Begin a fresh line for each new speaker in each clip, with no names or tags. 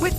With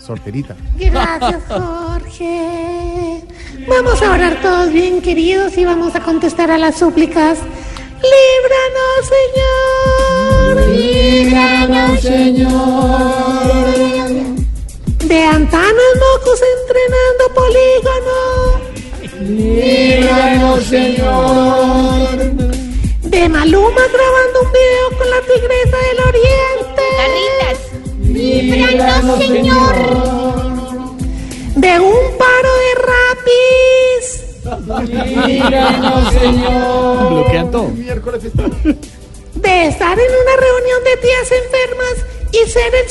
Sorterita.
Gracias, Jorge. Vamos a orar todos bien, queridos, y vamos a contestar a las súplicas. Líbranos, Señor. Líbranos, Señor. De antanos mocos entrenando polígono. Líbranos, Señor. De Maluma grabando un video con la tigresa del oriente. Líbranos, Señor. De un paro de rapis.
Bloquean todo.
De estar en una reunión de tías enfermas y ser el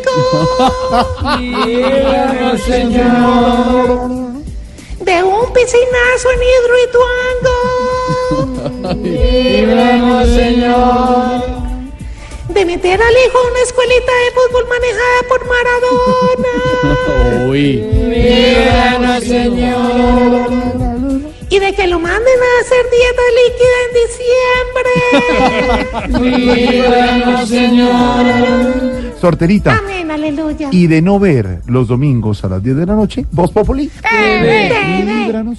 sobrino médico. Señor. De un piscinazo en Hidroituango. Señor. De meter al hijo a una escuelita de fútbol manejada por Maradona.
Uy.
Y de que lo manden a hacer dieta líquida en diciembre.
Sorterita.
Amén, aleluya. Eh,
Y de no ver los domingos a las 10 de la noche, Voz Populi.
Amén.
Líbranos.